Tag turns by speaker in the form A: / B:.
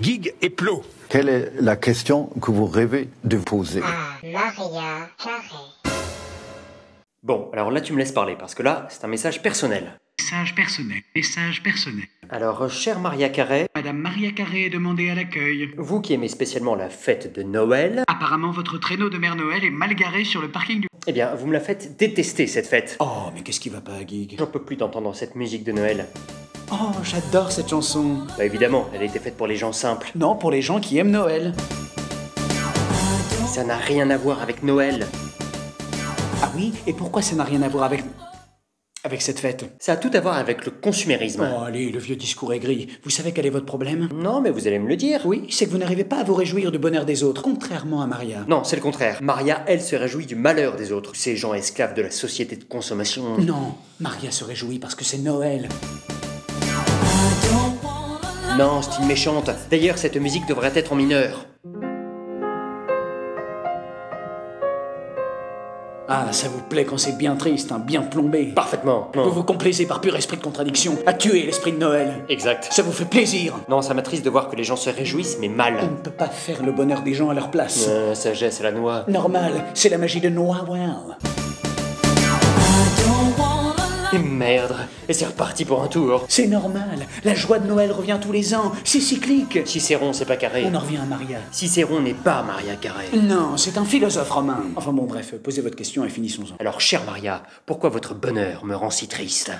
A: Guigues et Plot.
B: Quelle est la question que vous rêvez de poser
C: à Laria Carré.
D: Bon, alors là, tu me laisses parler, parce que là, c'est un message personnel.
E: Message personnel. Message personnel.
D: Alors, euh, chère Maria Carré,
E: Madame Maria Carré est demandée à l'accueil.
D: vous qui aimez spécialement la fête de Noël,
E: Apparemment, votre traîneau de Mère Noël est mal garé sur le parking du.
D: eh bien, vous me la faites détester, cette fête.
F: Oh, mais qu'est-ce qui va pas, Gig
D: J'en peux plus d'entendre cette musique de Noël.
F: Oh, j'adore cette chanson.
D: Bah évidemment, elle a été faite pour les gens simples.
F: Non, pour les gens qui aiment Noël.
D: Ça n'a rien à voir avec Noël.
F: Ah oui Et pourquoi ça n'a rien à voir avec. avec cette fête
D: Ça a tout à voir avec le consumérisme.
F: Oh, allez, le vieux discours aigri. Vous savez quel est votre problème
D: Non, mais vous allez me le dire.
F: Oui, c'est que vous n'arrivez pas à vous réjouir du bonheur des autres, contrairement à Maria.
D: Non, c'est le contraire. Maria, elle, se réjouit du malheur des autres. Ces gens esclaves de la société de consommation.
F: Non, Maria se réjouit parce que c'est Noël.
D: Non, c'est une méchante. D'ailleurs, cette musique devrait être en mineur.
F: Ah, ça vous plaît quand c'est bien triste, hein, bien plombé.
D: Parfaitement.
F: Vous
D: Non.
F: vous complaisez par pur esprit de contradiction à tuer l'esprit de Noël.
D: Exact.
F: Ça vous fait plaisir.
D: Non, ça m'attriste de voir que les gens se réjouissent, mais
F: On
D: mal.
F: ne peut pas faire le bonheur des gens à leur place.
D: Euh, sagesse à la noix.
F: Normal, c'est la magie de Noël.
D: Et merde. Et c'est reparti pour un tour.
F: C'est normal, la joie de Noël revient tous les ans, c'est cyclique.
D: Cicéron, c'est pas carré.
F: On en revient à Maria.
D: Cicéron n'est pas Maria Carré.
F: Non, c'est un philosophe romain. Enfin bon, bref, posez votre question et finissons-en.
D: Alors, chère Maria, pourquoi votre bonheur me rend si triste